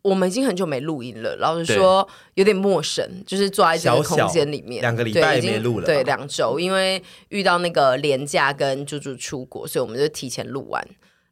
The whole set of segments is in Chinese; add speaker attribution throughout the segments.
Speaker 1: 我们已经很久没录音了，老实说有点陌生，就是坐在这个空间里面，
Speaker 2: 小小两个礼拜
Speaker 1: 对已经
Speaker 2: 没录了吧
Speaker 1: 对，两周，因为遇到那个廉价跟猪猪出国，所以我们就提前录完。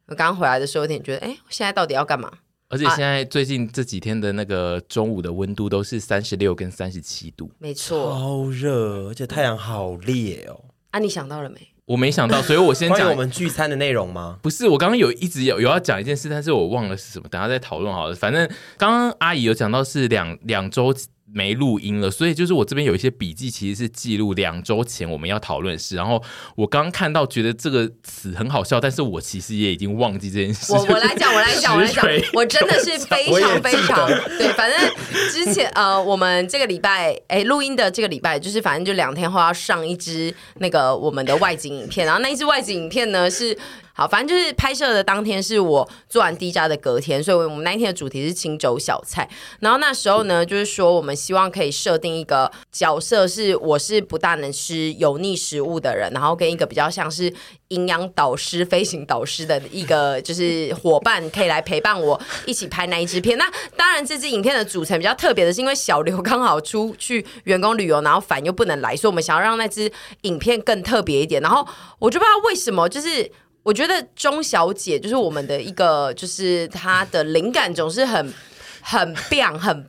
Speaker 1: 我刚回来的时候有点觉得，哎，现在到底要干嘛？
Speaker 3: 而且现在最近这几天的那个中午的温度都是三十六跟三十七度，
Speaker 1: 没错，
Speaker 2: 好热，而且太阳好烈哦。
Speaker 1: 啊，你想到了没？
Speaker 3: 我没想到，所以我先
Speaker 2: 关于
Speaker 3: 讲
Speaker 2: 我。们聚餐的内容吗？
Speaker 3: 不是，我刚刚有一直有有要讲一件事，但是我忘了是什么，等一下再讨论好了。反正刚刚阿姨有讲到是两两周没录音了，所以就是我这边有一些笔记，其实是记录两周前我们要讨论的事。然后我刚刚看到，觉得这个词很好笑，但是我其实也已经忘记这件事。
Speaker 1: 我我来讲，我来讲，我来讲
Speaker 3: 实锤，
Speaker 1: 我真的是非
Speaker 2: 我也
Speaker 1: 常非
Speaker 2: 记得
Speaker 1: 常对。反正之前呃，我们这个礼拜哎录音的这个礼拜，就是反正就两天后要上一支那个我们的外景影片，然后那一支外景影片呢是好，反正就是拍摄的当天是我做完 D 扎的隔天，所以我们那一天的主题是清粥小菜。然后那时候呢，就是说我们希望可以设定一个角色，是我是不大能吃油腻食物的人，然后跟一个比较像是营养导师、飞行导师的一个就是伙伴，可以来陪伴我一起拍那一支片。那当然，这支影片的组成比较特别的是，因为小刘刚好出去员工旅游，然后反又不能来，所以我们想要让那支影片更特别一点。然后我就不知道为什么，就是。我觉得钟小姐就是我们的一个，就是她的灵感总是很很棒，很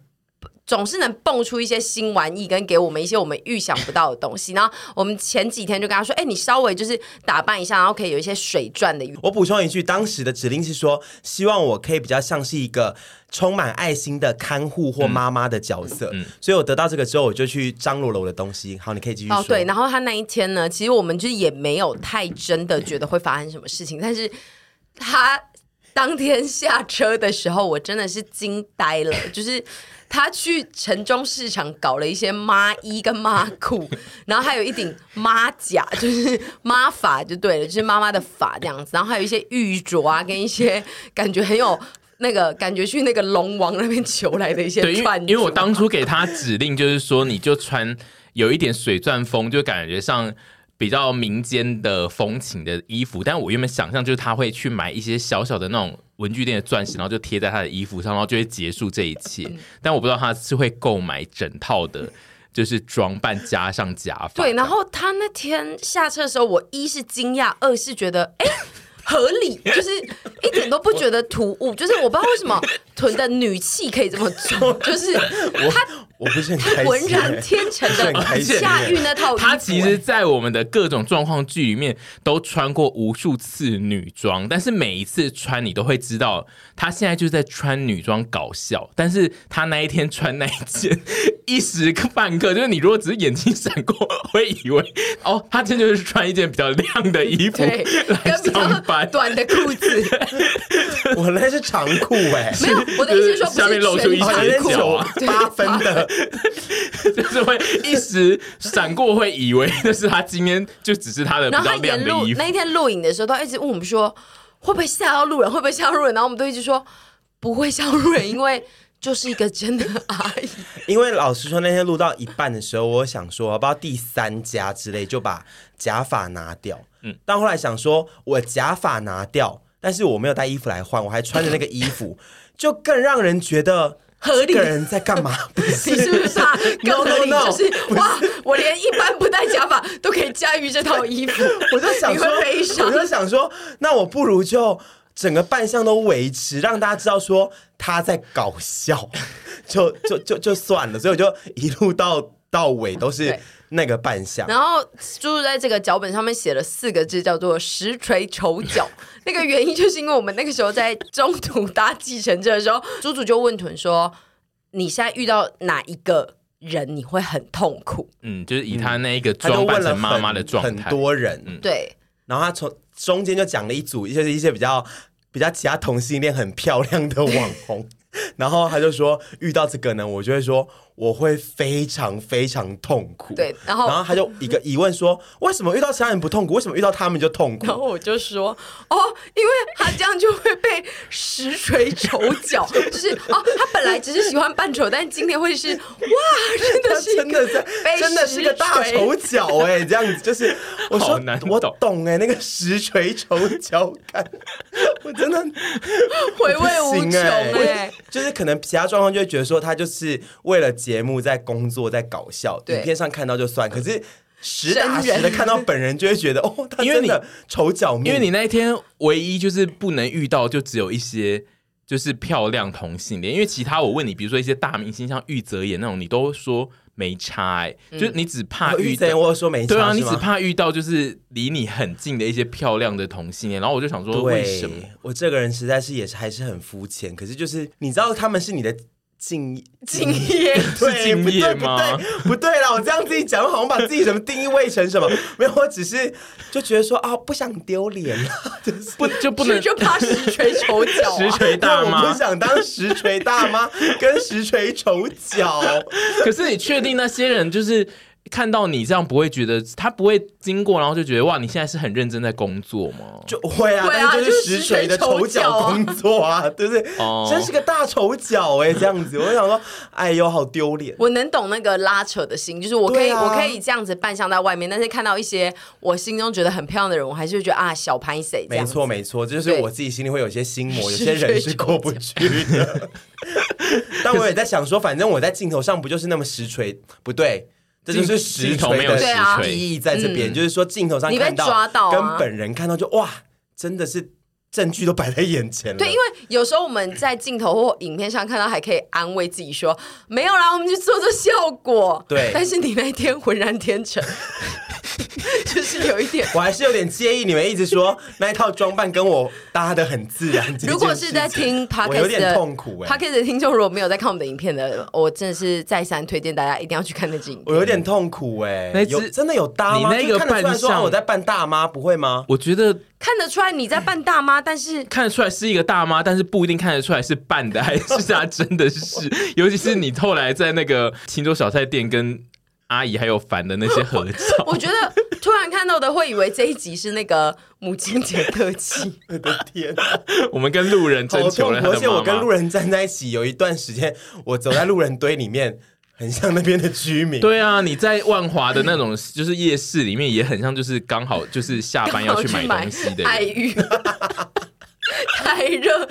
Speaker 1: 总是能蹦出一些新玩意，跟给我们一些我们预想不到的东西。然后我们前几天就跟他说：“哎、你稍微就是打扮一下，然后可以有一些水钻的。”
Speaker 2: 我补充一句，当时的指令是说，希望我可以比较像是一个充满爱心的看护或妈妈的角色。
Speaker 3: 嗯
Speaker 2: 所以我得到这个之后，我就去张罗了我的东西。好，你可以继续说。
Speaker 1: 哦，对，然后他那一天呢，其实我们就是也没有太真的觉得会发生什么事情，但是他当天下车的时候，我真的是惊呆了， 就是。他去城中市场搞了一些妈衣跟妈裤， 然后还有一顶妈甲， 就是妈发就对了，就是妈妈的发这样子，然后还有一些玉镯啊，跟一些感觉很有那个感觉去那个龙王那边求来的一些
Speaker 3: 对，因为
Speaker 1: 串珠
Speaker 3: 因为我当初给他指令就是说，你就穿有一点水钻风，就感觉上比较民间的风情的衣服。但我原本想象就是他会去买一些小小的那种文具店的钻石，然后就贴在他的衣服上，然后就会结束这一切。
Speaker 1: 嗯
Speaker 3: 但我不知道他是会购买整套的，就是装扮加上假发。
Speaker 1: 对，然后他那天下车的时候，我一是惊讶，二是觉得哎。诶合理， 就是一点都不觉得突兀，就是我不知道为什么屯的女气可以这么 重，就是他
Speaker 2: 我不是很
Speaker 1: 他
Speaker 3: 欸
Speaker 2: 开
Speaker 1: 浑
Speaker 2: 心、
Speaker 1: 然天成
Speaker 2: 很开
Speaker 1: 的
Speaker 2: 心
Speaker 1: 驾驭那哦套衣服，哎
Speaker 3: 他其实，在我们的各种状况剧里面都穿过无数次女装，但是每一次穿你都会知道，他现在就是在穿女装搞笑。但是他那一天穿那一件， 一时半刻就是你如果只是眼睛闪过，会以为哦，他这就是穿一件比较亮的衣服
Speaker 1: 对，
Speaker 3: 来
Speaker 1: 跟比
Speaker 3: 上
Speaker 1: 较
Speaker 3: 班。
Speaker 1: 短的裤子，
Speaker 2: 我那是长裤 哎、
Speaker 1: 没有我的意思是说
Speaker 3: 下面露
Speaker 1: 不
Speaker 3: 出
Speaker 1: 是
Speaker 3: 一
Speaker 1: 全
Speaker 2: 好像
Speaker 3: 截
Speaker 2: 是
Speaker 1: 长
Speaker 3: 脚
Speaker 2: 九
Speaker 3: 啊，
Speaker 2: 八分的，
Speaker 3: 就是会一时闪过，会以为那是他今天就只是他的比
Speaker 1: 然后
Speaker 3: 较
Speaker 1: 他
Speaker 3: 亮
Speaker 1: 沿
Speaker 3: 的
Speaker 1: 路
Speaker 3: 衣服
Speaker 1: 那。一天录影的时候，他一直问我们说会不会吓到路人，会不会吓到路人，然后我们都一直说不会吓到路人，因为就是一个真的阿 姨。
Speaker 2: 因为老实说，那天录到一半的时候，我想说，我不知道第三家之类就把假发拿掉。嗯，但后来想说，我假发拿掉，但是我没有带衣服来换，我还穿着那个衣服， 就更让人觉得
Speaker 1: 合理
Speaker 2: 这个人在干 嘛？不是
Speaker 1: 你是不是怕更
Speaker 2: No,
Speaker 1: 合理？
Speaker 2: no, no.
Speaker 1: 就是哇，我连一般不戴假发都可以驾驭这套衣服，
Speaker 2: 我就想
Speaker 1: 你
Speaker 2: 说
Speaker 1: 会悲，
Speaker 2: 我
Speaker 1: 伤。
Speaker 2: 就想说，那我不如就整个扮相都维持，让大家知道说他在搞 笑，就就就就算了。所以我就一路到到尾都是
Speaker 1: 对
Speaker 2: 那个扮相。
Speaker 1: 然后猪猪在这个脚本上面写了四个字，叫做“实锤丑 角”。那个原因就是因为我们那个时候在中途搭计程车的时候，猪猪就问屯说：“你现在遇到哪一个人你会很痛苦
Speaker 3: 嗯，就是以他那一个
Speaker 2: 他就
Speaker 3: 装扮
Speaker 2: 问了
Speaker 3: 成
Speaker 2: 很
Speaker 3: 妈妈的状
Speaker 2: 很
Speaker 3: 态，嗯
Speaker 2: 多人，？”
Speaker 1: 对，
Speaker 2: 然后他从中间就讲了一组，就是一些比较比较其他同性恋很漂亮的网红。 然后他就说，遇到这个呢，我就会说我会非常非常痛苦。
Speaker 1: 对然
Speaker 2: 然
Speaker 1: 后
Speaker 2: 他就一个疑问说，为什么遇到其他人不痛苦，为什么遇到他们就痛
Speaker 1: 然 后
Speaker 2: 苦？
Speaker 1: 我就说：“哦，因为他这样就会被实锤丑 角，就是哦，他本来只是喜欢扮丑，但今天会是哇，真
Speaker 2: 他
Speaker 1: 的是一
Speaker 2: 真的
Speaker 1: 个
Speaker 2: 在
Speaker 1: 被
Speaker 2: 真的是个大
Speaker 1: 实锤
Speaker 2: 丑角哎、这样子就是我说
Speaker 3: 好难懂
Speaker 2: 我懂哎、那个实锤丑角感，我真的
Speaker 1: 回味无
Speaker 2: 不
Speaker 1: 穷
Speaker 2: 行欸
Speaker 1: 哎、
Speaker 2: 就是可能其他状况就会觉得说他就是为了节目在工作在搞笑，
Speaker 1: 对
Speaker 2: 影片上看到就算，可是实打
Speaker 1: 真
Speaker 2: 实
Speaker 1: 人
Speaker 2: 的看到本人就会觉得哦，他
Speaker 3: 因为
Speaker 2: 真
Speaker 3: 你
Speaker 2: 的丑角命，
Speaker 3: 因为你那一天唯一就是不能遇到，就只有一些就是漂亮同性恋，因为其他我问你，比如说一些大明星，像玉泽演那种，你都说没差、欸，
Speaker 2: 嗯
Speaker 3: 就是你只怕
Speaker 2: 我
Speaker 3: 遇
Speaker 2: 遇
Speaker 3: 到
Speaker 2: 见。我有说没差
Speaker 3: 对啊，
Speaker 2: 是
Speaker 3: 你
Speaker 2: 吗
Speaker 3: 只怕遇到就是离你很近的一些漂亮的同性恋，然后我就想说，为什么？
Speaker 2: 对，我这个人实在是也是还是很肤浅，可是就是你知道他们是你的敬。
Speaker 1: 今夜
Speaker 2: 对
Speaker 3: 敬
Speaker 2: 不对
Speaker 3: 业
Speaker 2: 不
Speaker 3: 吗
Speaker 2: 对不对啦！我这样自己讲，好像把自己什么定义位成什么？没有，我只是就觉得说啊，不想丢脸啊， 就是
Speaker 3: 不就不
Speaker 1: 是
Speaker 3: 能
Speaker 1: 就怕实锤丑角、啊，
Speaker 3: 实锤大
Speaker 2: 但 我
Speaker 3: 妈
Speaker 2: 不？想当实锤大妈跟实锤丑角，
Speaker 3: 可是你确定那些人就是看到你这样不会觉得他不会经过，然后就觉得哇，你现在是很认真在工作吗？
Speaker 2: 就会啊，
Speaker 1: 会啊
Speaker 2: 但是就是实锤的丑角工作啊，对不对？
Speaker 3: 哦
Speaker 2: 真是个大丑角哎、这样子，我就想说，哎呦，好丢脸。
Speaker 1: 我能懂那个拉扯的心，就是我可以、
Speaker 2: 对啊
Speaker 1: 我可以这样子扮相在外面，但是看到一些我心中觉得很漂亮的人，我还是会觉得啊，小拍谁这
Speaker 2: 没
Speaker 1: 样。
Speaker 2: 错，没错，这就是
Speaker 1: 对
Speaker 2: 我自己心里会有些心魔，有些人是过不去的。但我也在想说，反正我在镜头上不就是那么实锤？不对，这就是实
Speaker 3: 镜头没
Speaker 2: 锤
Speaker 3: 有
Speaker 2: 的
Speaker 3: 实
Speaker 1: 对啊
Speaker 3: 锤，
Speaker 2: 意义在这边，
Speaker 3: 嗯
Speaker 2: 就是说镜头上
Speaker 1: 你被
Speaker 2: 看到，
Speaker 1: 抓到啊
Speaker 2: 跟本人看到就哇，真的是证据都摆在眼前了。
Speaker 1: 对，因为有时候我们在镜头或影片上看到，还可以安慰自己说没有啦，我们就做做效果。
Speaker 2: 对
Speaker 1: 但是你那一天浑然天成， 就是有一 点。
Speaker 2: 我还是有点介意你们一 直说那一套装扮跟我搭的很自然。
Speaker 1: 如果是在听 podcast 的，
Speaker 2: 我有点痛苦哎
Speaker 1: podcast 的听众如果没有在看我们的影片的，我真的是再三推荐大家一定要去看那支影片。
Speaker 2: 我有点痛苦哎、
Speaker 3: 那
Speaker 2: 有
Speaker 3: 只
Speaker 2: 真的有搭吗？
Speaker 3: 你那个
Speaker 2: 就看得出来说
Speaker 3: 扮相
Speaker 2: 啊我在扮大妈，不 会吗？
Speaker 3: 我觉得
Speaker 1: 看得出来你在扮大妈，但是
Speaker 3: 看得出来是一个大妈，但是不一定看得出来是扮的还是她真的 是。尤其是你后来在那个青州小菜店跟阿姨还有凡的那些合 照，
Speaker 1: 我觉得突然看到的会以为这一集是那个母亲节特辑，
Speaker 2: 我的天、
Speaker 3: 我们跟路人征
Speaker 2: 好
Speaker 3: 求
Speaker 2: 痛
Speaker 3: 了
Speaker 2: 苦！
Speaker 3: 她
Speaker 2: 而
Speaker 3: 的
Speaker 2: 且我跟
Speaker 3: 啊妈
Speaker 2: 路
Speaker 3: 妈。
Speaker 2: 人站在一起，有一段时间我走在路人堆里面，很像那边的居民。
Speaker 3: 对啊，你在万华的那种就是夜市里面，也很像就是刚好就是下班要去买东西的
Speaker 1: 爱
Speaker 3: 人。
Speaker 1: 玉。 太热，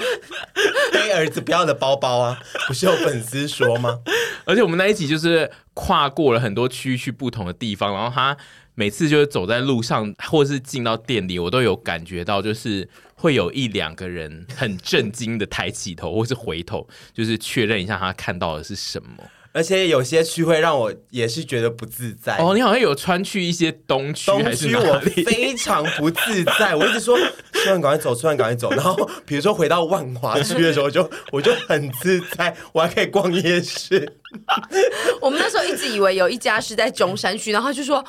Speaker 2: 背儿子不要的包包啊，不是有粉丝说吗？
Speaker 3: 而且我们那一集就是跨过了很多区域去不同的地方，然后他每次就是走在路上，或是进到店里，我都有感觉到，就是会有一两个人很震惊的抬起头，或是回头，就是确认一下他看到的是什么。
Speaker 2: 而且有些区会让我也是觉得不自在。
Speaker 3: 哦，你好像有穿去一些东区
Speaker 2: 东
Speaker 3: 还是
Speaker 2: 区
Speaker 3: 哪
Speaker 2: 我
Speaker 3: 里？
Speaker 2: 非常不自在，我一直说吃完赶快走，吃完赶快走。然后 比如说回到万华区的时候，就我就很自在，我还可以逛 夜市。
Speaker 1: 我们那时候一直以为有一家是在中山区，然后就说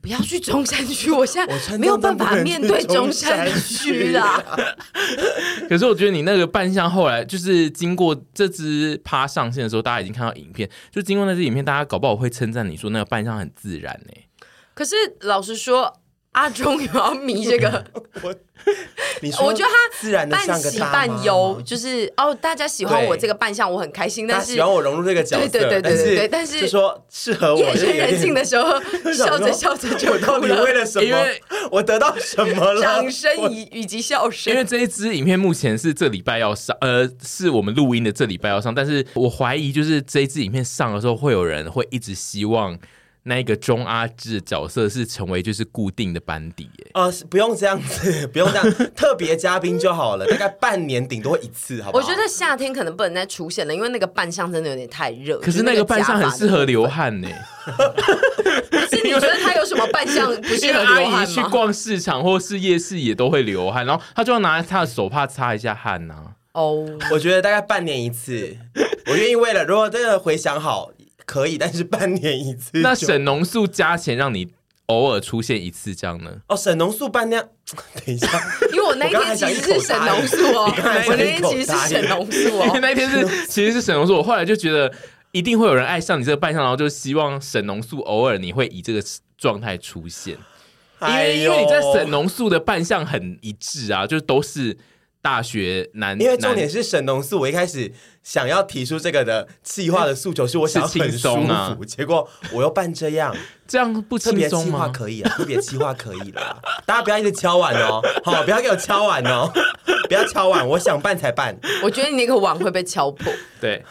Speaker 1: 不要去中山区，我现
Speaker 2: 我
Speaker 1: 在
Speaker 2: 穿
Speaker 1: 没有办法
Speaker 2: 这样
Speaker 1: 面
Speaker 2: 不能
Speaker 1: 对
Speaker 2: 去
Speaker 1: 中
Speaker 2: 中啊
Speaker 1: 山区啊啦。
Speaker 3: 可是我觉得你那个扮相后来就是经过这支趴上线的时候，大家已经看到影片，就经过那支影片，大家搞不好会称赞你说那个扮相很自然欸呢、
Speaker 1: 可是老实说，阿忠有要迷这 个，
Speaker 2: 我你说，
Speaker 1: 我觉得
Speaker 2: 自然
Speaker 1: 他
Speaker 2: 的像
Speaker 1: 半
Speaker 2: 个
Speaker 1: 喜
Speaker 2: 大
Speaker 1: 半
Speaker 2: 妈
Speaker 1: 忧，
Speaker 2: 吗
Speaker 1: 就是哦，大家喜欢
Speaker 2: 对
Speaker 1: 我这个扮相，我很开心，但
Speaker 2: 他
Speaker 1: 是
Speaker 2: 喜欢我融入这个角色，
Speaker 1: 对对对对对对但是
Speaker 2: 就说适合我
Speaker 1: 夜深人静的时候，
Speaker 2: 想
Speaker 1: 笑
Speaker 2: 说
Speaker 1: 着笑着就
Speaker 2: 我到
Speaker 1: 哭
Speaker 2: 底为
Speaker 1: 了，
Speaker 2: 了什么？
Speaker 3: 因为
Speaker 2: 我得到什么了？
Speaker 1: 掌声
Speaker 2: 我
Speaker 1: 以以及笑声
Speaker 3: 因。为这一支影片目前是这礼拜要上，呃，是我们录音的这礼拜要上，但是我怀疑就是这一支影片上的时候，会有人会一直希望那个中阿志的角色是成为就是固定的班底耶。
Speaker 2: 呃，是不用这样子，不用这样， 特别嘉宾就好了，大概半年顶多一次，好不
Speaker 1: 我
Speaker 2: 好？
Speaker 1: 觉得夏天可能不能再出现了，因为那个扮相真的有点太热。
Speaker 3: 可是那
Speaker 1: 就
Speaker 3: 个扮相
Speaker 1: 假发
Speaker 3: 很
Speaker 1: 的
Speaker 3: 适合流汗呢，
Speaker 1: 可是你觉得他有什么扮相不适
Speaker 3: 因为
Speaker 1: 合
Speaker 3: 阿
Speaker 1: 流
Speaker 3: 姨
Speaker 1: 汗
Speaker 3: 去
Speaker 1: 吗？
Speaker 3: 逛市场或是夜市也都会流汗，然后她就要拿她的手帕擦一下汗啊呐、
Speaker 1: 哦，
Speaker 2: 我觉得大概半年一次，我愿意为了如果真的回想好可以，但是半年一次就。
Speaker 3: 那沈农素加钱让你偶尔出现一次这样呢？
Speaker 2: 哦，沈农素半年， 等一下，
Speaker 1: 因为我那一
Speaker 2: 我刚才
Speaker 1: 天其
Speaker 2: 想一
Speaker 1: 实是
Speaker 2: 口
Speaker 1: 沈
Speaker 2: 答应
Speaker 1: 农素哦
Speaker 2: 你刚才，
Speaker 1: 我那
Speaker 2: 想一
Speaker 1: 天
Speaker 2: 口
Speaker 1: 其实
Speaker 2: 答
Speaker 1: 是沈
Speaker 2: 应
Speaker 1: 农素
Speaker 3: 因为
Speaker 1: 哦。
Speaker 3: 那天是其实是沈农素，我后来就觉得一定会有人爱上你这个扮相，然后就希望沈农素偶尔你会以这个状态出现， 因
Speaker 2: 哎
Speaker 3: 为因
Speaker 2: 呦
Speaker 3: 为你在沈，农素的扮相很一致啊，就都是大学男，
Speaker 2: 哎因为重点
Speaker 3: 男
Speaker 2: 是沈农素，我一开始想要提出这个的计划的诉求是我想要
Speaker 3: 是
Speaker 2: 很
Speaker 3: 轻
Speaker 2: 舒
Speaker 3: 松啊
Speaker 2: 服，结果我又扮这样，
Speaker 3: 这样不
Speaker 2: 特
Speaker 3: 轻
Speaker 2: 别
Speaker 3: 松
Speaker 2: 计划
Speaker 3: 吗？
Speaker 2: 可以啊，特别计划可以啦， 大家不要一直敲碗哦，好，不要给我敲碗哦，不要敲碗，我想办才办。
Speaker 1: 我觉得你那个碗会被敲破。
Speaker 3: 对，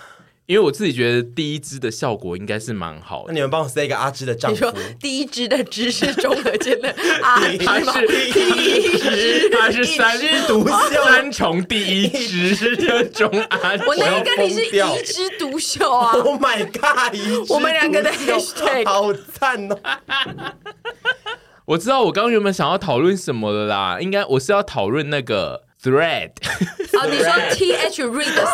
Speaker 3: 因为我自己觉得第一支的效果应该是蛮好
Speaker 2: 那
Speaker 3: 的。
Speaker 2: 你们帮我塞一个阿芝的丈
Speaker 1: 你
Speaker 2: 夫
Speaker 1: 说，第一只的只是中和间的啊，
Speaker 2: 第一
Speaker 1: 是吗？
Speaker 3: 第一支，他是三
Speaker 1: 一枝
Speaker 3: 毒
Speaker 2: 枭
Speaker 3: 三重第一支的 中阿
Speaker 1: 我那天
Speaker 3: 娇
Speaker 1: 跟你是
Speaker 2: 我要疯掉
Speaker 1: 一枝独秀啊。
Speaker 2: Oh my god！一枝
Speaker 1: 我们两个的
Speaker 2: 独秀
Speaker 1: hashtag
Speaker 2: 好赞哦！
Speaker 3: 我知道我刚刚原本想要讨论什么了啦，应该我是要讨论那个 thread，
Speaker 1: 啊，你说 T H Read 的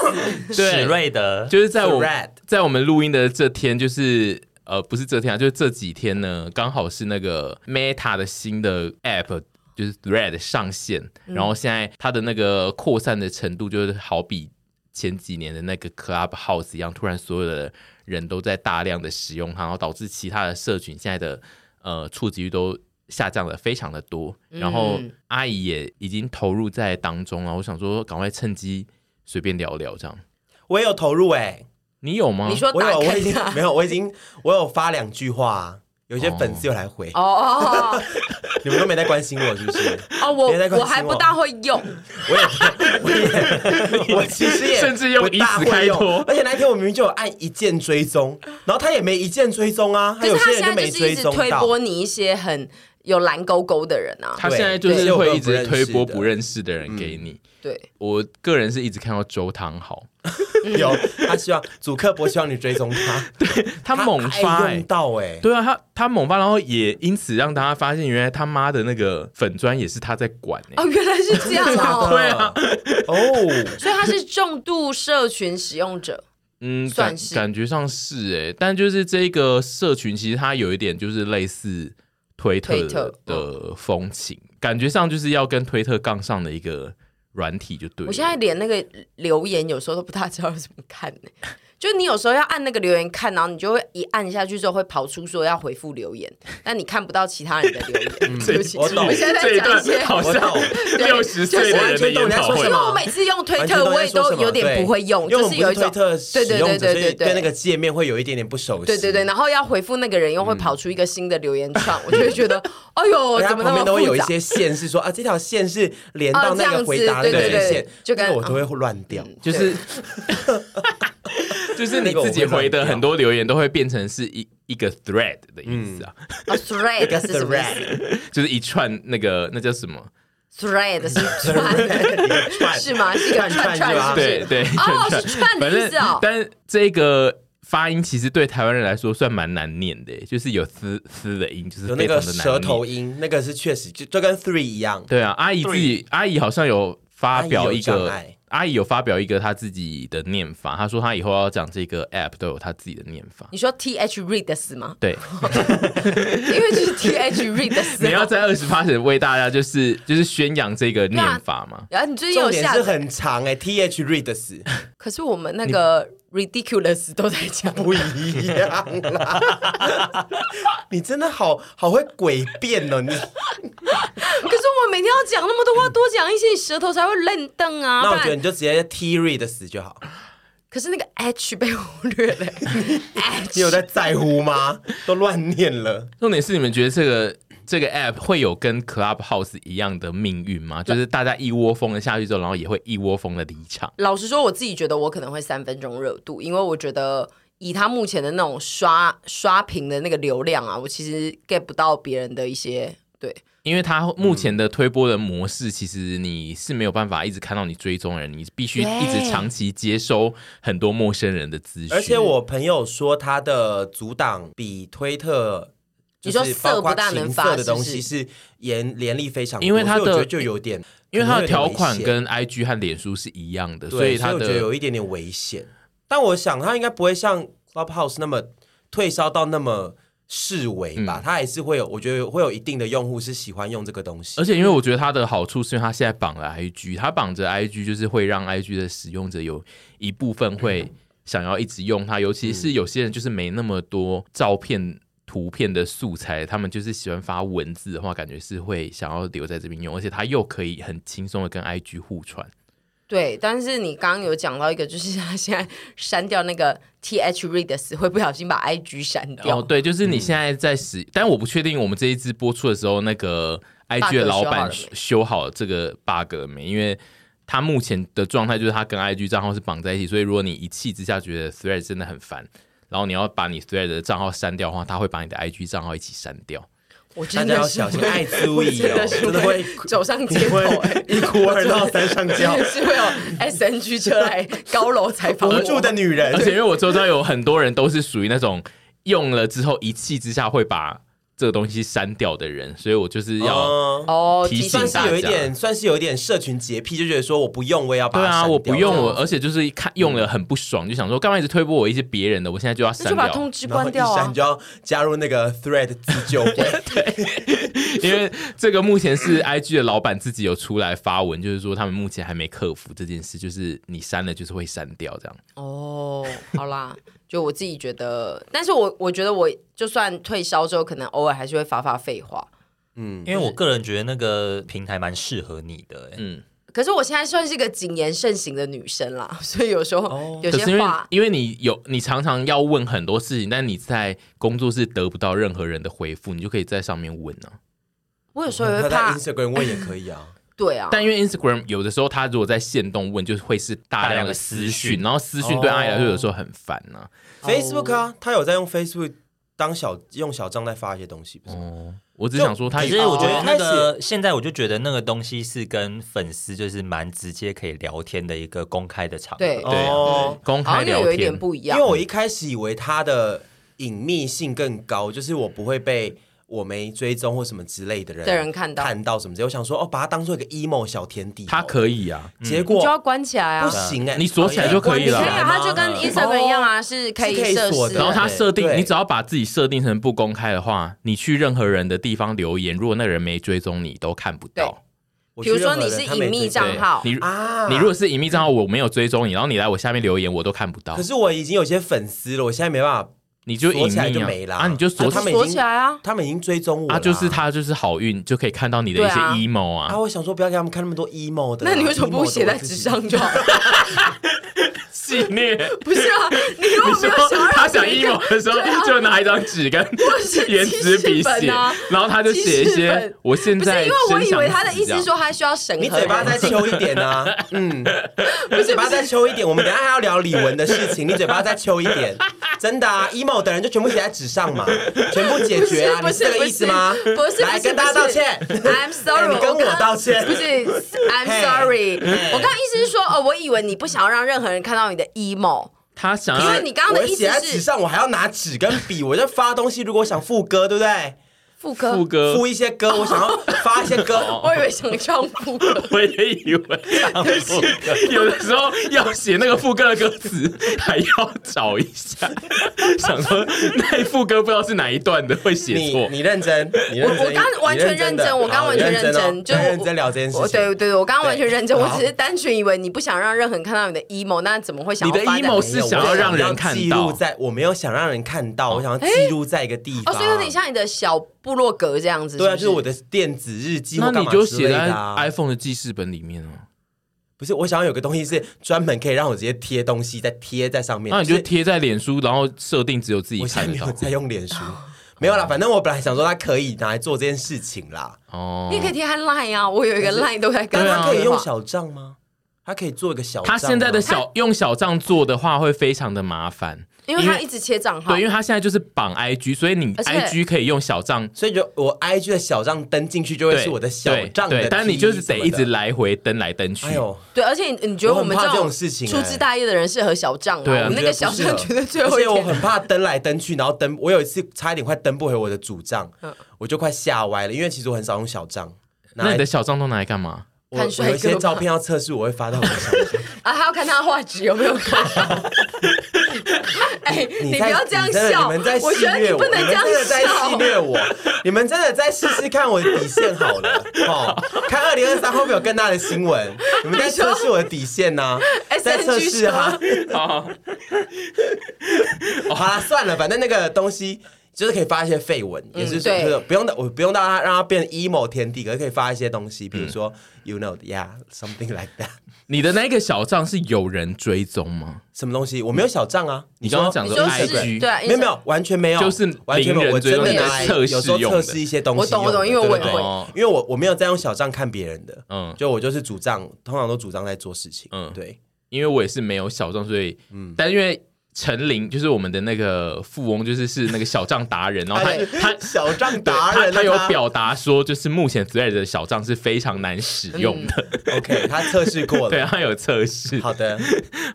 Speaker 1: 死
Speaker 4: 史
Speaker 3: 对，
Speaker 4: 瑞德
Speaker 3: 就是在我
Speaker 2: thread
Speaker 3: 在我们录音的这天，就是呃不是这天啊，就是这几天呢，刚好是那个 Meta 的新的 app。就是 Thread 上线，然后现在它的那个扩散的程度，就是好比前几年的那个 Clubhouse 一样，突然所有的人都在大量的使用它，然后导致其他的社群现在的呃触及率都下降的非常的多。然后阿姨也已经投入在当中了，我想说赶快趁机随便聊聊这样。
Speaker 2: 我也有投入哎、
Speaker 3: 你有吗？
Speaker 1: 你说
Speaker 2: 我
Speaker 1: 打
Speaker 2: 有，我
Speaker 1: 开啊
Speaker 2: 已经
Speaker 1: 它
Speaker 2: 没有，我已经我有发两句话、啊，有些粉丝有来回，
Speaker 1: 哦
Speaker 2: 你们都没在关心我是不是？
Speaker 1: 哦，我
Speaker 2: 别再关心
Speaker 1: 我还不大会 用，
Speaker 2: 我也，我也，我其实也
Speaker 3: 甚至用
Speaker 2: 不大
Speaker 3: 以此开
Speaker 2: 会用
Speaker 3: 脱
Speaker 2: 而且那一天我明明就有按一键追踪，然后他也没一键追踪啊，
Speaker 1: 可是
Speaker 2: 有
Speaker 1: 他
Speaker 2: 些
Speaker 1: 现
Speaker 2: 人
Speaker 1: 在
Speaker 2: 没
Speaker 1: 就是一
Speaker 2: 追
Speaker 1: 直
Speaker 2: 踪
Speaker 1: 推
Speaker 2: 到
Speaker 1: 播。你一些很有蓝勾勾的人啊，
Speaker 3: 他现在就
Speaker 1: 对
Speaker 3: 是
Speaker 2: 对
Speaker 3: 会一直
Speaker 2: 有
Speaker 3: 推
Speaker 2: 个
Speaker 3: 播不
Speaker 2: 不
Speaker 3: 认识的
Speaker 1: 嗯
Speaker 3: 人给你。
Speaker 1: 对，
Speaker 3: 我个人是一直看到周汤豪，
Speaker 2: 有，他希望主客博希望你追踪他，
Speaker 3: 他猛发
Speaker 2: 他爱
Speaker 3: 哎、
Speaker 2: 用到哎、
Speaker 3: 对啊，他他猛发，然后也因此让大家发现，原来他妈的那个粉砖也是他在管哎、
Speaker 1: 哦，原来是这样 哦，
Speaker 3: 对啊，
Speaker 2: 哦，
Speaker 1: 所以他是重度社群使用者，
Speaker 3: 嗯，
Speaker 1: 算
Speaker 3: 感
Speaker 1: 是
Speaker 3: 感觉上是哎、但就是这个社群其实它有一点就是类似推特
Speaker 1: 推特嗯
Speaker 3: 的风情，感觉上就是要跟推特杠上的一个软体就对了。
Speaker 1: 我 现在连那个留言有时候都不大知道要怎么看呢、就你有时候要按那个留言看，然后你就会一按下去之后会跑出说要回复留言，但你看不到其他人的留
Speaker 2: 嗯
Speaker 1: 言。对不起，
Speaker 2: 我懂
Speaker 1: 们现在
Speaker 3: 这
Speaker 1: 在
Speaker 3: 一
Speaker 1: 讲一
Speaker 3: 段
Speaker 1: 些
Speaker 3: 好
Speaker 2: 我
Speaker 3: 像
Speaker 2: 懂
Speaker 3: 60岁的人的研讨会
Speaker 1: 因为我每次用推特，我也都有点不会用，
Speaker 2: 因为
Speaker 1: 就
Speaker 2: 我们
Speaker 1: 有一
Speaker 2: 不是
Speaker 1: 种
Speaker 2: 推特
Speaker 1: 对
Speaker 2: 使
Speaker 1: 对
Speaker 2: 用
Speaker 1: 对对
Speaker 2: 者，所以
Speaker 1: 对
Speaker 2: 对那个界面会有一点点不熟悉。
Speaker 1: 对对对，然后要回复那个人又会跑出一个新的留言串，我就会 觉得，哎呦，
Speaker 2: 而且它
Speaker 1: 怎么那
Speaker 2: 嗯旁边
Speaker 1: 么
Speaker 2: 都会有
Speaker 1: 复
Speaker 2: 一
Speaker 1: 杂？
Speaker 2: 些线是说啊，这条线是连
Speaker 1: 哦
Speaker 2: 到
Speaker 1: 这
Speaker 2: 那
Speaker 1: 样
Speaker 2: 个
Speaker 1: 子
Speaker 2: 回答的
Speaker 1: 对
Speaker 2: 那
Speaker 3: 对
Speaker 2: 条
Speaker 3: 对
Speaker 2: 线，
Speaker 1: 就
Speaker 2: 那
Speaker 1: 跟哦
Speaker 2: 个我都会乱掉。
Speaker 1: 嗯
Speaker 3: 就是 就是你自己回的很多留言都会变成是一一个 thread 的意思啊，
Speaker 2: 嗯
Speaker 1: 啊，thread 是什么
Speaker 2: thread
Speaker 3: 就是一串那个那叫什么？
Speaker 1: ？thread 是 串，
Speaker 2: 一个 串
Speaker 1: 是吗？是一个串
Speaker 2: 串串
Speaker 1: 串，是
Speaker 2: 啊是吧
Speaker 1: 不是
Speaker 3: 对对，一
Speaker 1: 哦，
Speaker 3: 串
Speaker 1: 是串的
Speaker 3: 反
Speaker 1: 意
Speaker 3: 正
Speaker 1: 思哦。
Speaker 3: 但这个发音其实对台湾人来说算蛮难念的，就是有嘶嘶的音，就是
Speaker 2: 有
Speaker 3: 非
Speaker 2: 那
Speaker 3: 常
Speaker 2: 个
Speaker 3: 的
Speaker 2: 舌
Speaker 3: 难
Speaker 2: 头
Speaker 3: 念。
Speaker 2: 音，那个是确实就就跟 three 一样，
Speaker 3: 对啊，阿姨自己阿姨好像有发表一
Speaker 2: 阿姨有
Speaker 3: 个
Speaker 2: 障碍。
Speaker 3: 阿姨有发表一个她自己的念法，她说她以后要讲这个 app 都有她自己的念法。
Speaker 1: 你说 T H read 死吗？
Speaker 3: 对，
Speaker 1: 因为就是 T H read 死。
Speaker 3: 你要在二十八省为大家就是就是宣扬这个念法嘛？
Speaker 1: 然后你最近有
Speaker 2: 重点
Speaker 1: 下
Speaker 2: 是，很长哎，t h reads
Speaker 1: 可是我们那个 ridiculous 都在讲。
Speaker 2: 不一样啦。 你真的好好会诡辩哦，你。
Speaker 1: 可是我们每天要讲那么多话，多讲一些，你舌头才会愣瞪啊。
Speaker 2: 那
Speaker 1: 不
Speaker 2: 我觉得
Speaker 1: 然
Speaker 2: 你，就直接 t reads 就好。
Speaker 1: 可是那个 H 被忽略了。
Speaker 2: 你有在在乎吗？都乱念了。
Speaker 3: 重点是你们觉得这个这个 app 会有跟 Clubhouse 一样的命运吗？就是大家一窝蜂的下去之后，然后也会一窝蜂的离场。
Speaker 1: 老实说，我自己觉得我可能会三分钟热度，因为我觉得以他目前的那种刷刷屏的那个流量啊，我其实 get 不到别人的一些对。
Speaker 3: 因为它目前的推播的模式，其实你是没有办法一直看到你追踪的人，你必须
Speaker 1: 对
Speaker 3: 一直长期接收很多陌生人的资讯。
Speaker 2: 而且我朋友说他的阻挡比推特
Speaker 1: 你
Speaker 2: 就
Speaker 1: 说
Speaker 2: 是
Speaker 1: 色
Speaker 2: 包括
Speaker 1: 不大能
Speaker 2: 情
Speaker 1: 发
Speaker 2: 色的
Speaker 1: 是
Speaker 2: 东
Speaker 1: 不
Speaker 2: 西
Speaker 1: 是
Speaker 2: 是严廉利非常多，
Speaker 3: 因为它
Speaker 2: 所以我
Speaker 3: 的
Speaker 2: 觉得就有点，
Speaker 3: 因为它的条
Speaker 2: 可能
Speaker 3: 款
Speaker 2: 有点危险
Speaker 3: 跟 IG 和脸书是一样的，
Speaker 2: 对
Speaker 3: 所以它
Speaker 2: 我觉得
Speaker 3: 的
Speaker 2: 有一点点危险。但我想它应该不会像 Clubhouse 那么退烧到那么视为吧，
Speaker 3: 嗯
Speaker 2: 它还是会有，我觉得会有一定的用户是喜欢用这个东西
Speaker 3: 而。且因为我觉得它的好处是因为它现在绑了 IG，它绑着 IG 就是会让 IG 的使用者有一部分会想要一直用它，尤其是有些人就是没那么多照片。图片的素材，他们就是喜欢发文字的话，感觉是会想要留在这边用，而且它又可以很轻松的跟 IG 互传。
Speaker 1: 对，但是你刚刚有讲到一个，就是他现在删掉那个 T H read 的词汇，不小心把 I G 删掉。
Speaker 3: 哦，对，就是你现在在使，但我不确定我们这一支播出的时候，那个 IG 的老板
Speaker 1: bug 修好了没
Speaker 3: 修好这个 bug 了没？因为他目前的状态就是他跟 IG 账号是绑在一起，所以如果你一气之下觉得 Thread 真的很烦，然后你要把你 Thread 的账号删掉的话，他会把你的 IG 账号一起删掉。
Speaker 1: 我真的
Speaker 2: 大家要
Speaker 1: 是
Speaker 2: 小心
Speaker 1: 会
Speaker 2: 爱滋味
Speaker 1: 真
Speaker 2: 哦，
Speaker 1: 的是
Speaker 2: 真的会
Speaker 1: 走上街头、哎，
Speaker 2: 一哭二闹三上
Speaker 1: 真
Speaker 2: 吊
Speaker 1: 的。是会有 S N G 车来高楼采访我
Speaker 2: 无助的女人
Speaker 3: 而，且因为我周遭有很多人都是属于那种用了之后一气之下会把这个东西删掉的人，所以我就是要。
Speaker 2: 嗯
Speaker 1: 哦，
Speaker 3: 提
Speaker 1: 提
Speaker 3: 醒
Speaker 1: 醒
Speaker 2: 算
Speaker 3: 大
Speaker 2: 是有一
Speaker 3: 家
Speaker 2: 点，算是有一点社群洁癖，就觉得说我不用，我也要把
Speaker 3: 对
Speaker 2: 它删
Speaker 3: 啊，
Speaker 2: 掉
Speaker 3: 我不用
Speaker 2: 这样
Speaker 3: 我，而且就是一看用了很不爽，就想说干嘛一直推播我一些别人的，我现在就要
Speaker 1: 嗯那
Speaker 3: 删
Speaker 1: 就把
Speaker 3: 掉
Speaker 1: 通，知
Speaker 2: 然后
Speaker 1: 关掉
Speaker 2: 一删
Speaker 1: 啊
Speaker 2: 你。就要加入那个 Thread 自 救会，
Speaker 3: 因为这个目前是 IG 的老板自己有出来发文，就是说他们目前还没克服这件事，就是你删了就是会删掉这样。
Speaker 1: 哦，好啦，就我自己觉得，但是我我觉得我就算退烧之后，可能偶尔还是会发发废话。
Speaker 2: 嗯，
Speaker 4: 因为我个人觉得那个平台蛮适合你的、欸，
Speaker 3: 嗯，
Speaker 1: 可是我现在算是一个谨言慎行的女生啦，所以有时候、
Speaker 2: 哦
Speaker 1: 有
Speaker 3: 可是因
Speaker 1: 些
Speaker 3: 为
Speaker 1: 话
Speaker 3: 因为你有你常常要问很多事情，但你在工作室得不到任何人的回复，你就可以在上面问
Speaker 1: 哦
Speaker 3: 啊。
Speaker 1: 我有时候也
Speaker 2: 他
Speaker 1: 会
Speaker 2: 在
Speaker 1: 怕，
Speaker 2: Instagram 问也可以 啊。
Speaker 1: 对啊，
Speaker 3: 但因为 Instagram 有的时候他如果在线动问，就是会是大量的私讯，然后私讯对阿姨来说有时候很烦呐、
Speaker 2: Facebook
Speaker 1: 哦
Speaker 2: 啊，他有在用 Facebook 当小用小账在发一些东西，不是吗？
Speaker 3: 哦，我只想说他
Speaker 4: 可
Speaker 3: 有
Speaker 4: 是我觉
Speaker 2: 哦
Speaker 4: 得那个现在我就觉得那个东西是跟粉丝就是蛮直接可以聊天的一个公开的场合，
Speaker 1: 对
Speaker 3: 对啊
Speaker 2: 哦，
Speaker 3: 公
Speaker 1: 好
Speaker 3: 开
Speaker 1: 像又
Speaker 3: 聊
Speaker 1: 有一
Speaker 3: 天
Speaker 1: 点，不一
Speaker 2: 因
Speaker 1: 样
Speaker 2: 为。我一开始以为他的隐秘性更高，就是我不会被。我没追踪或什么之类的人，
Speaker 1: 的人看到
Speaker 2: 看到什么之类，我想说哦，把它当做一个 emo 小天地。
Speaker 3: 他
Speaker 2: 以，
Speaker 3: 可以啊，
Speaker 2: 结
Speaker 1: 你就
Speaker 2: 果
Speaker 1: 要关起来啊
Speaker 2: 不！行哎，
Speaker 3: 你锁起来就可以了
Speaker 1: 你
Speaker 3: 关
Speaker 1: 可
Speaker 3: 起
Speaker 1: 以
Speaker 3: 来
Speaker 1: 啊，它就跟 Instagram 一样
Speaker 2: 哦
Speaker 1: 啊，是可
Speaker 2: 是可以
Speaker 1: 设
Speaker 2: 锁
Speaker 1: 置
Speaker 2: 的
Speaker 1: 的。
Speaker 3: 然后他设定，
Speaker 2: 对
Speaker 3: 你只要把自己设定成不公开的话，你去任何人的地方留言，如果那个人没追踪你，都看不到。
Speaker 2: 我
Speaker 1: 比如
Speaker 2: 去任
Speaker 1: 说
Speaker 2: 何
Speaker 1: 你
Speaker 2: 人
Speaker 1: 是
Speaker 2: 他没
Speaker 1: 隐秘
Speaker 2: 追
Speaker 1: 账
Speaker 3: 对
Speaker 1: 号，
Speaker 3: 你
Speaker 2: 啊，
Speaker 3: 你如果是隐秘账号，我没有追踪你，然后你来我下面留言，我都看不到
Speaker 2: 可，是我已经有些粉丝了，我现在没办法，
Speaker 3: 你就隐
Speaker 2: 锁起来
Speaker 3: 秘
Speaker 2: 就
Speaker 3: 啊
Speaker 2: 没啦
Speaker 3: 啊，你就锁
Speaker 2: 啊
Speaker 3: 起
Speaker 2: 他们已
Speaker 1: 锁
Speaker 2: 经
Speaker 1: 起来啊！
Speaker 2: 他们已经追踪我了
Speaker 3: 啊，
Speaker 2: 啊，
Speaker 3: 就是他就是好运，就可以看到你的一些
Speaker 1: 对啊
Speaker 3: emo 啊
Speaker 2: 啊，。我想说不要给他们看那么多 emo 的啊，
Speaker 1: 那你为什么
Speaker 2: emo 的我
Speaker 1: 不写在
Speaker 2: 自
Speaker 1: 纸
Speaker 2: 己
Speaker 1: 上就好？
Speaker 3: 系列，
Speaker 1: 不是啊，你如
Speaker 3: 你
Speaker 1: 果没
Speaker 3: 说
Speaker 1: 有想要
Speaker 3: 他
Speaker 1: 让
Speaker 3: 想
Speaker 1: 别人啊
Speaker 3: emo 的时候， 就拿一张纸跟
Speaker 1: 是
Speaker 3: 圆珠笔
Speaker 1: 记事
Speaker 3: 写
Speaker 1: 本啊，
Speaker 3: 然后他就写
Speaker 1: 记
Speaker 3: 一
Speaker 1: 事
Speaker 3: 些
Speaker 1: 本，
Speaker 3: 我现
Speaker 1: 不是
Speaker 3: 在
Speaker 1: 因为我
Speaker 3: 真
Speaker 1: 以
Speaker 3: 想
Speaker 1: 为他的
Speaker 3: 死
Speaker 1: 意
Speaker 3: 这
Speaker 1: 思
Speaker 3: 样
Speaker 1: 是说他需要审
Speaker 2: 你
Speaker 1: 核
Speaker 2: 嘴巴
Speaker 1: 人，
Speaker 2: 再抽一点啊，嗯，你嘴巴再抽一点，我们等一下还要聊李玟的事情，你嘴巴再抽一点，真的啊，emo 的人就全部写在纸上嘛，全部解决啊，
Speaker 1: 不
Speaker 2: 你
Speaker 1: 是
Speaker 2: 这个意思吗？
Speaker 1: 不是不是
Speaker 2: 来
Speaker 1: 不是
Speaker 2: 跟大家道歉
Speaker 1: 不是 I'm
Speaker 2: 哎
Speaker 1: sorry，
Speaker 2: 你跟我道歉
Speaker 1: 不 是 I'm sorry，我刚刚意思是说哦，我以为你不想要让任何人看到你的 emo，
Speaker 3: 他想
Speaker 1: 因
Speaker 3: 要
Speaker 1: 为你刚刚
Speaker 2: 哦我
Speaker 1: 的意思
Speaker 2: 写在纸
Speaker 1: 是
Speaker 2: 上，我还要拿纸跟笔，我在发东西。如果我想副歌，对不对？
Speaker 1: 副歌，
Speaker 3: 副歌
Speaker 2: 副一些歌，我想要发一些
Speaker 3: 哦
Speaker 2: 歌。
Speaker 1: 我以为想唱副歌。
Speaker 3: 我也以为，有的时候要写那个副歌的歌词，还要找一下，想说那一副歌不知道是哪一段的，会写
Speaker 2: 你
Speaker 3: 错。
Speaker 2: 你认真，你
Speaker 1: 我
Speaker 2: 认真，
Speaker 1: 我刚刚完全认
Speaker 2: 的
Speaker 1: 真，我刚
Speaker 2: 好
Speaker 1: 刚完全
Speaker 2: 认
Speaker 1: 认
Speaker 2: 哦
Speaker 1: 真，就是我
Speaker 2: 认真聊这件事
Speaker 1: 我
Speaker 2: 情。
Speaker 1: 对对对，我刚刚完全认真，
Speaker 2: 对
Speaker 1: 我只是单纯以为你不想让任何人看到你的 emo，那怎么会想
Speaker 3: 你
Speaker 1: 要
Speaker 3: 的
Speaker 1: 发展
Speaker 3: emo
Speaker 2: 没有
Speaker 3: 是想要让人看
Speaker 2: 我想要记录
Speaker 3: 到，哦
Speaker 2: 在我没有想让人看到，我想要记录在一个地
Speaker 1: 哦，
Speaker 2: 方。
Speaker 1: 所以有点像你的小部落格这样子，
Speaker 2: 对啊，
Speaker 1: 不
Speaker 2: 就是我的电子日记
Speaker 3: 那
Speaker 2: 或干
Speaker 3: 你
Speaker 2: 嘛
Speaker 3: 就
Speaker 2: 之
Speaker 3: 写
Speaker 2: 类的
Speaker 3: 在
Speaker 2: 啊。
Speaker 3: iPhone 的记事本里面啊。
Speaker 2: 不是，我想要有个东西是专门可以让我直接贴东西，再贴在上面。
Speaker 3: 那你就是贴在脸书，然后设定只有自己
Speaker 2: 哎我现
Speaker 3: 看得
Speaker 2: 在没有
Speaker 3: 到。
Speaker 2: 在用 脸书，没有啦。反正我本来想说它可以拿来做这件事情啦，
Speaker 3: 哦
Speaker 1: 你也可以贴在 Line 啊，我有一个 Line 都在跟
Speaker 2: 但
Speaker 1: 他
Speaker 2: 它可以
Speaker 1: 对话
Speaker 2: 用小账吗？他可以做一个小账啊
Speaker 3: 他
Speaker 2: 吗。
Speaker 3: 现在的小用小账做的话，会非常的麻烦。
Speaker 1: 因为
Speaker 3: 因
Speaker 1: 他
Speaker 3: 为
Speaker 1: 一直切账号
Speaker 3: 对，，因为他现在就是绑 IG，所以你
Speaker 1: 而且
Speaker 3: IG 可以用小账。
Speaker 2: 所以就我 IG 的小账登进去就会
Speaker 3: 对，
Speaker 2: 是我的小账
Speaker 3: 对对，
Speaker 2: 的
Speaker 3: 但你
Speaker 2: key
Speaker 3: 就是得
Speaker 2: 什么
Speaker 3: 一直
Speaker 2: 的。
Speaker 3: 来回登来登去。
Speaker 2: 哎呦，
Speaker 1: 对，而且你你觉得我
Speaker 2: 我很
Speaker 1: 们
Speaker 2: 怕
Speaker 1: 种
Speaker 2: 这种事情
Speaker 1: 粗枝大叶的人适合小账啊？
Speaker 3: 对啊
Speaker 1: 我们那个小
Speaker 2: 我觉得
Speaker 1: 账觉
Speaker 2: 不适合
Speaker 1: 得最后
Speaker 2: 而
Speaker 1: 一
Speaker 2: 且我
Speaker 1: 天
Speaker 2: 很怕登来登去，然后登我有一次差一点快登不回我的主账，
Speaker 1: 嗯
Speaker 2: 我就快吓歪了，因为其实我很少用小账。
Speaker 3: 那
Speaker 2: 拿来
Speaker 3: 你的小账都拿来干嘛？
Speaker 2: 我
Speaker 1: 看
Speaker 2: 我
Speaker 1: 帅
Speaker 2: 有一些
Speaker 1: 哥
Speaker 2: 照
Speaker 1: 吧
Speaker 2: 片要测试，我会发到我的小 账。
Speaker 1: 啊，还要看他的画质有没有高。 哎，
Speaker 2: 你
Speaker 1: 你
Speaker 2: 在
Speaker 1: 不要这样
Speaker 2: 你真的
Speaker 1: 笑，
Speaker 2: 你们在戏
Speaker 1: 我觉得
Speaker 2: 虐
Speaker 1: 你
Speaker 2: 我，
Speaker 1: 不能这
Speaker 2: 你们
Speaker 1: 样
Speaker 2: 真的在戏
Speaker 1: 笑。
Speaker 2: 虐我，你们真的在试试看我的底线好了，哦，看二零二三会不会有更大的新闻？你们在测试我的底线呢、在测试啊。 哦好啦，算了，反正那个东西。就是可以发一些绯闻，也是说
Speaker 1: 嗯对
Speaker 2: 就是不用的，我不用到它让它变 emo 天地，可是可以发一些东西，比如说、you
Speaker 1: 嗯
Speaker 2: know yeah something like that
Speaker 3: 你的那个小账是有人追踪吗？
Speaker 2: 什么东西，我没有小账啊。
Speaker 3: 你刚刚讲
Speaker 1: 你
Speaker 3: 的
Speaker 1: 说
Speaker 3: IG，
Speaker 1: 是，对啊，
Speaker 2: 没有没有，完全没有，
Speaker 3: 就是
Speaker 2: 完全
Speaker 3: 零
Speaker 2: 没有。
Speaker 3: 人
Speaker 2: 我真
Speaker 3: 追
Speaker 2: 的
Speaker 1: 踪
Speaker 2: 拿
Speaker 3: 的
Speaker 2: 来
Speaker 3: 测试
Speaker 2: 有时候
Speaker 3: 用的
Speaker 2: 测试一些东西
Speaker 1: 我懂我懂因为
Speaker 2: 用的
Speaker 1: 我
Speaker 2: 对对
Speaker 1: 也会
Speaker 2: 对因为我我没有在用小账看别人的，
Speaker 3: 嗯
Speaker 2: 嗯，就我就是主账，通常都主账在做事情，
Speaker 3: 嗯
Speaker 2: 嗯，对，
Speaker 3: 因为我也是没有小账，所以，
Speaker 2: 嗯
Speaker 3: 但因为陈琳就是我们的那个富翁，就是是那个小账达人，然后
Speaker 2: 哎
Speaker 3: 他他
Speaker 2: 小账
Speaker 3: 对
Speaker 2: 达
Speaker 3: 他
Speaker 2: 人啊，
Speaker 3: 他有表达说，就是目前 Thread 的小账是非常难使用
Speaker 2: 嗯
Speaker 3: 的，
Speaker 2: OK，他测试过了，
Speaker 3: 对，啊他有测试。
Speaker 2: 好的，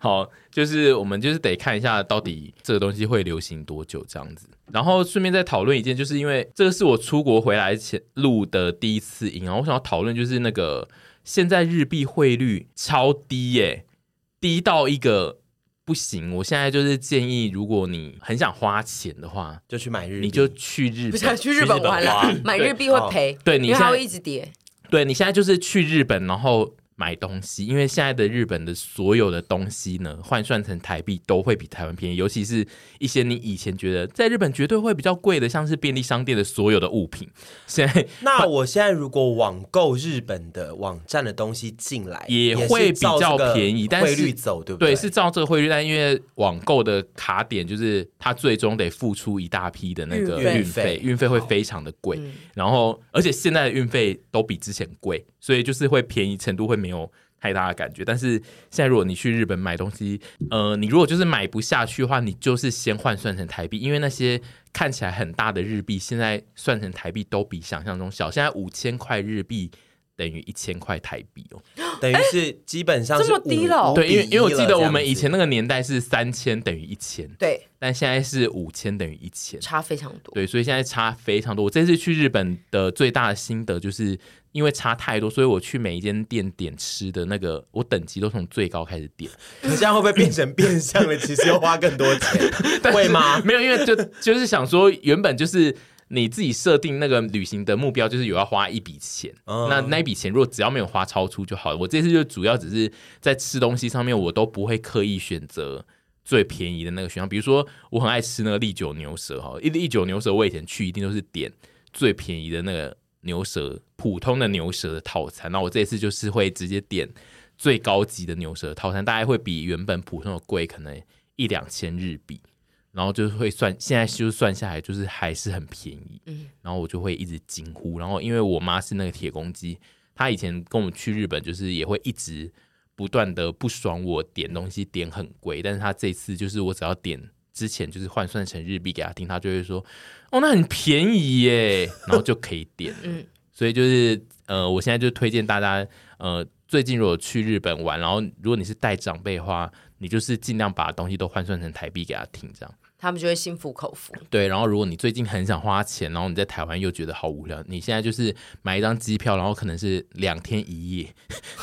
Speaker 3: 好，就是我们就是得看一下到底这个东西会流行多久这样子。然后顺便再讨论一件，就是因为这个是我出国回来前录的第一次音，然后我想要讨论就是那个现在日币汇率超低耶、低到一个不行。我现在就是建议，如果你很想花钱的话，
Speaker 2: 就去买日历，
Speaker 3: 你就去日
Speaker 1: 不
Speaker 3: 本，
Speaker 1: 是啊去日本玩
Speaker 3: 花
Speaker 1: 了，买日币会赔，
Speaker 3: 对对你
Speaker 1: 因为
Speaker 3: 现
Speaker 1: 它
Speaker 3: 在
Speaker 1: 会一直跌。
Speaker 3: 对你现在就是去日本，然后买东西，因为现在的日本的所有的东西呢，换算成台币都会比台湾便宜，尤其是一些你以前觉得在日本绝对会比较贵的，像是便利商店的所有的物品，现在
Speaker 2: 那我现在如果网购日本的网站的东西进来，
Speaker 3: 也
Speaker 2: 是
Speaker 3: 会比
Speaker 2: 照
Speaker 3: 较
Speaker 2: 这个
Speaker 3: 便宜但是
Speaker 2: 汇率走对不
Speaker 3: 对
Speaker 2: 对？
Speaker 3: 是照这个汇率，但因为网购的卡点就是它最终得付出一大批的那个
Speaker 1: 运费嗯
Speaker 3: 运费，运费会非常的贵，然后而且现在的运费都比之前贵，所以就是会便宜程度会没有。太大的感觉，但是现在如果你去日本买东西，呃，你如果就是买不下去的话，你就是先换算成台币，因为那些看起来很大的日币，现在算成台币都比想象中小。现在五千块日币等于一千块台币哦，
Speaker 2: 等于是基本上是
Speaker 1: 哎这么低了哦
Speaker 2: 五
Speaker 3: 对，因为因为我记得我们以。
Speaker 2: 五比一
Speaker 3: 前
Speaker 2: 了这样子
Speaker 3: 那个年代是三千等于一千，
Speaker 1: 对，
Speaker 3: 但现在是五千等于一千，
Speaker 1: 差非常多。
Speaker 3: 对，所以现在差非常多。我这次去日本的最大的心得就是，因为差太多，所以我去每一间店点吃的那个，我等级都从最高开始点，
Speaker 2: 你这样会不会变成变相了？其实要花更多 钱，会吗？
Speaker 3: 没有，因为就就是想说，原本就是。你自己设定那个旅行的目标，就是有要花一笔钱。
Speaker 2: 嗯
Speaker 3: 那那一笔钱如果只要没有花超出就好了。我这次就主要只是在吃东西上面，我都不会刻意选择最便宜的那个选项。比如说，我很爱吃那个利久牛舌哈，一利久牛舌我以前去一定都是点最便宜的那个牛舌，普通的牛舌的套餐。那我这次就是会直接点最高级的牛舌套餐，大概会比原本普通的贵可能一两千日币。然后就是会算，现在就是算下来就是还是很便宜，然后我就会一直惊呼。然后因为我妈是那个铁公鸡，她以前跟我们去日本就是也会一直不断的不爽我点东西点很贵，但是她这次就是我只要点之前就是换算成日币给她听，她就会说哦那很便宜耶，然后就可以点。嗯，所以就是呃，我现在就推荐大家呃。最近如果去日本玩，然后如果你是带长辈的话，你就是尽量把东西都换算成台币给她听，这样。
Speaker 1: 他们就会心服口服。
Speaker 3: 对，然后如果你最近很想花钱，然后你在台湾又觉得好无聊，你现在就是买一张机票，然后可能是两天一夜，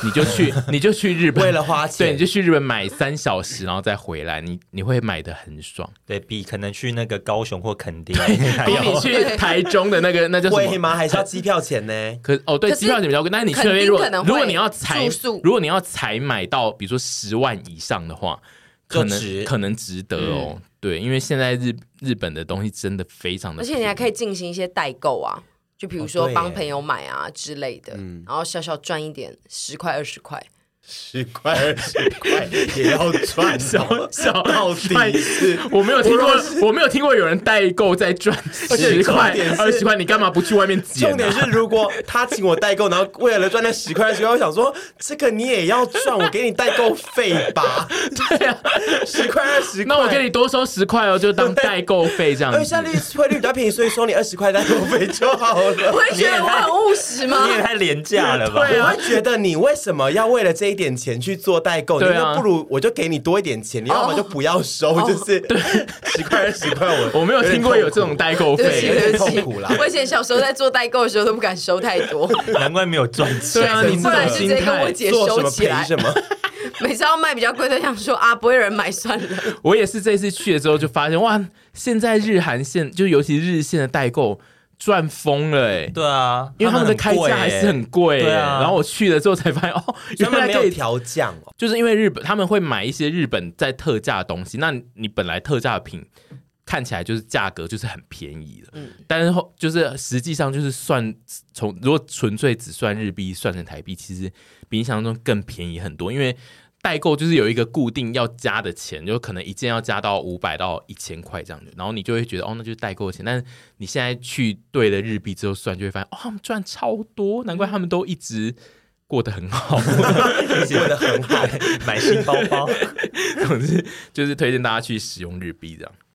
Speaker 3: 你就去你就去日本，
Speaker 2: 为了花
Speaker 3: 对，
Speaker 2: 钱
Speaker 3: 你就，去日本买三小时，然后再回来，你你会买的很爽，
Speaker 4: 对比可能去那个高雄或垦 丁，
Speaker 3: 比你去台中的那个那叫什
Speaker 2: 哎会
Speaker 3: 么？
Speaker 2: 吗？还是要机票钱呢？
Speaker 3: 可哦，对，
Speaker 1: 可是
Speaker 3: 机票钱比较贵，但是你去
Speaker 1: 垦
Speaker 3: 那边
Speaker 1: 丁
Speaker 3: 如果
Speaker 1: 可能会
Speaker 3: 如果你要才
Speaker 1: 住宿
Speaker 3: 如果你要才买到，比如说十万以上的话，可
Speaker 2: 就
Speaker 3: 能
Speaker 2: 值嗯
Speaker 3: 可能值得哦。对，因为现在日日本的东西真的非常的，，
Speaker 1: 而且你还可以进行一些代购啊，就比如
Speaker 2: 哦
Speaker 1: 说
Speaker 2: 对耶嗯
Speaker 1: 帮朋友买啊之类的，然后小小赚一点十块二十块，
Speaker 2: 十块二十块也要赚哦
Speaker 3: 小
Speaker 2: 到底是
Speaker 3: 我没有听过
Speaker 2: 我若是，
Speaker 3: 我没有听过有人代购在赚
Speaker 2: 而
Speaker 3: 十
Speaker 2: 且
Speaker 3: 块
Speaker 2: 重点、是
Speaker 3: 二十块，你干嘛不去外面捡、啊？
Speaker 2: 重点是，如果他请我代购，然后为了赚那十块二十块，我想说这个你也要赚，我给你代购费吧，
Speaker 3: 对啊，
Speaker 2: 十块二十块。
Speaker 3: 那我给你多收十块哦，就当代购费这样
Speaker 2: 而且
Speaker 3: 子
Speaker 2: 现在。利率汇率比较便宜，所以收你二十块代购费就好了。
Speaker 1: 我会觉得我很务实吗
Speaker 4: 你？也太廉价了吧？
Speaker 3: 对
Speaker 2: 我
Speaker 3: 啊
Speaker 2: 会觉得你为什么要为了这一点钱去做代购？
Speaker 3: 对啊
Speaker 2: 你就不如我就给你多一点钱，你要么就不要收，就是哦十块二十块我
Speaker 3: 我没有听过有这种代购
Speaker 1: 对不
Speaker 3: 费。
Speaker 1: 起，对
Speaker 2: 有点痛
Speaker 1: 不
Speaker 2: 苦啦
Speaker 1: 起，我以前小时候在做代购的时候都不敢收太多，
Speaker 4: 难怪没有赚钱。
Speaker 3: 对啊，你
Speaker 1: 不
Speaker 3: 这
Speaker 1: 然
Speaker 3: 种
Speaker 1: 就直
Speaker 3: 心
Speaker 1: 接跟我
Speaker 3: 态，
Speaker 1: 姐
Speaker 2: 做什
Speaker 1: 收
Speaker 2: 么
Speaker 1: 起
Speaker 2: 赔
Speaker 1: 来。
Speaker 2: 什么。
Speaker 1: 每次要卖比较贵，都想说啊，不会有人买算了。
Speaker 3: 我也是这次去了之后就发现，哇，现在日韩线就尤其日线的代购赚疯了哎、
Speaker 4: 对啊，
Speaker 3: 因为他们的
Speaker 4: 很
Speaker 3: 开
Speaker 4: 贵
Speaker 3: 价还是很贵、欸，
Speaker 4: 对啊
Speaker 3: 然后我去了之后才发现，哦，
Speaker 2: 他
Speaker 3: 原
Speaker 2: 们
Speaker 3: 来
Speaker 2: 没
Speaker 3: 可
Speaker 2: 有
Speaker 3: 以
Speaker 2: 调降哦，
Speaker 3: 就是因为日本他们会买一些日本在特价的东西，那你本来特价的品看起来就是价格就是很便宜的，但是后就是实际上就是算从如果纯粹只算日币算成台币，其实比你想象中更便宜很多，因为。代购就是有一个固定要加的钱，就可能一件要加到五百到一千块这样子，然后你就会觉得哦，那就是代购的钱。但是你现在去对了日币之后算，就会发现哦，他们赚超多，难怪他们都一直过得很好。
Speaker 4: 过得很好，买新包包。
Speaker 3: 总之就是推荐大家去使用日币这样。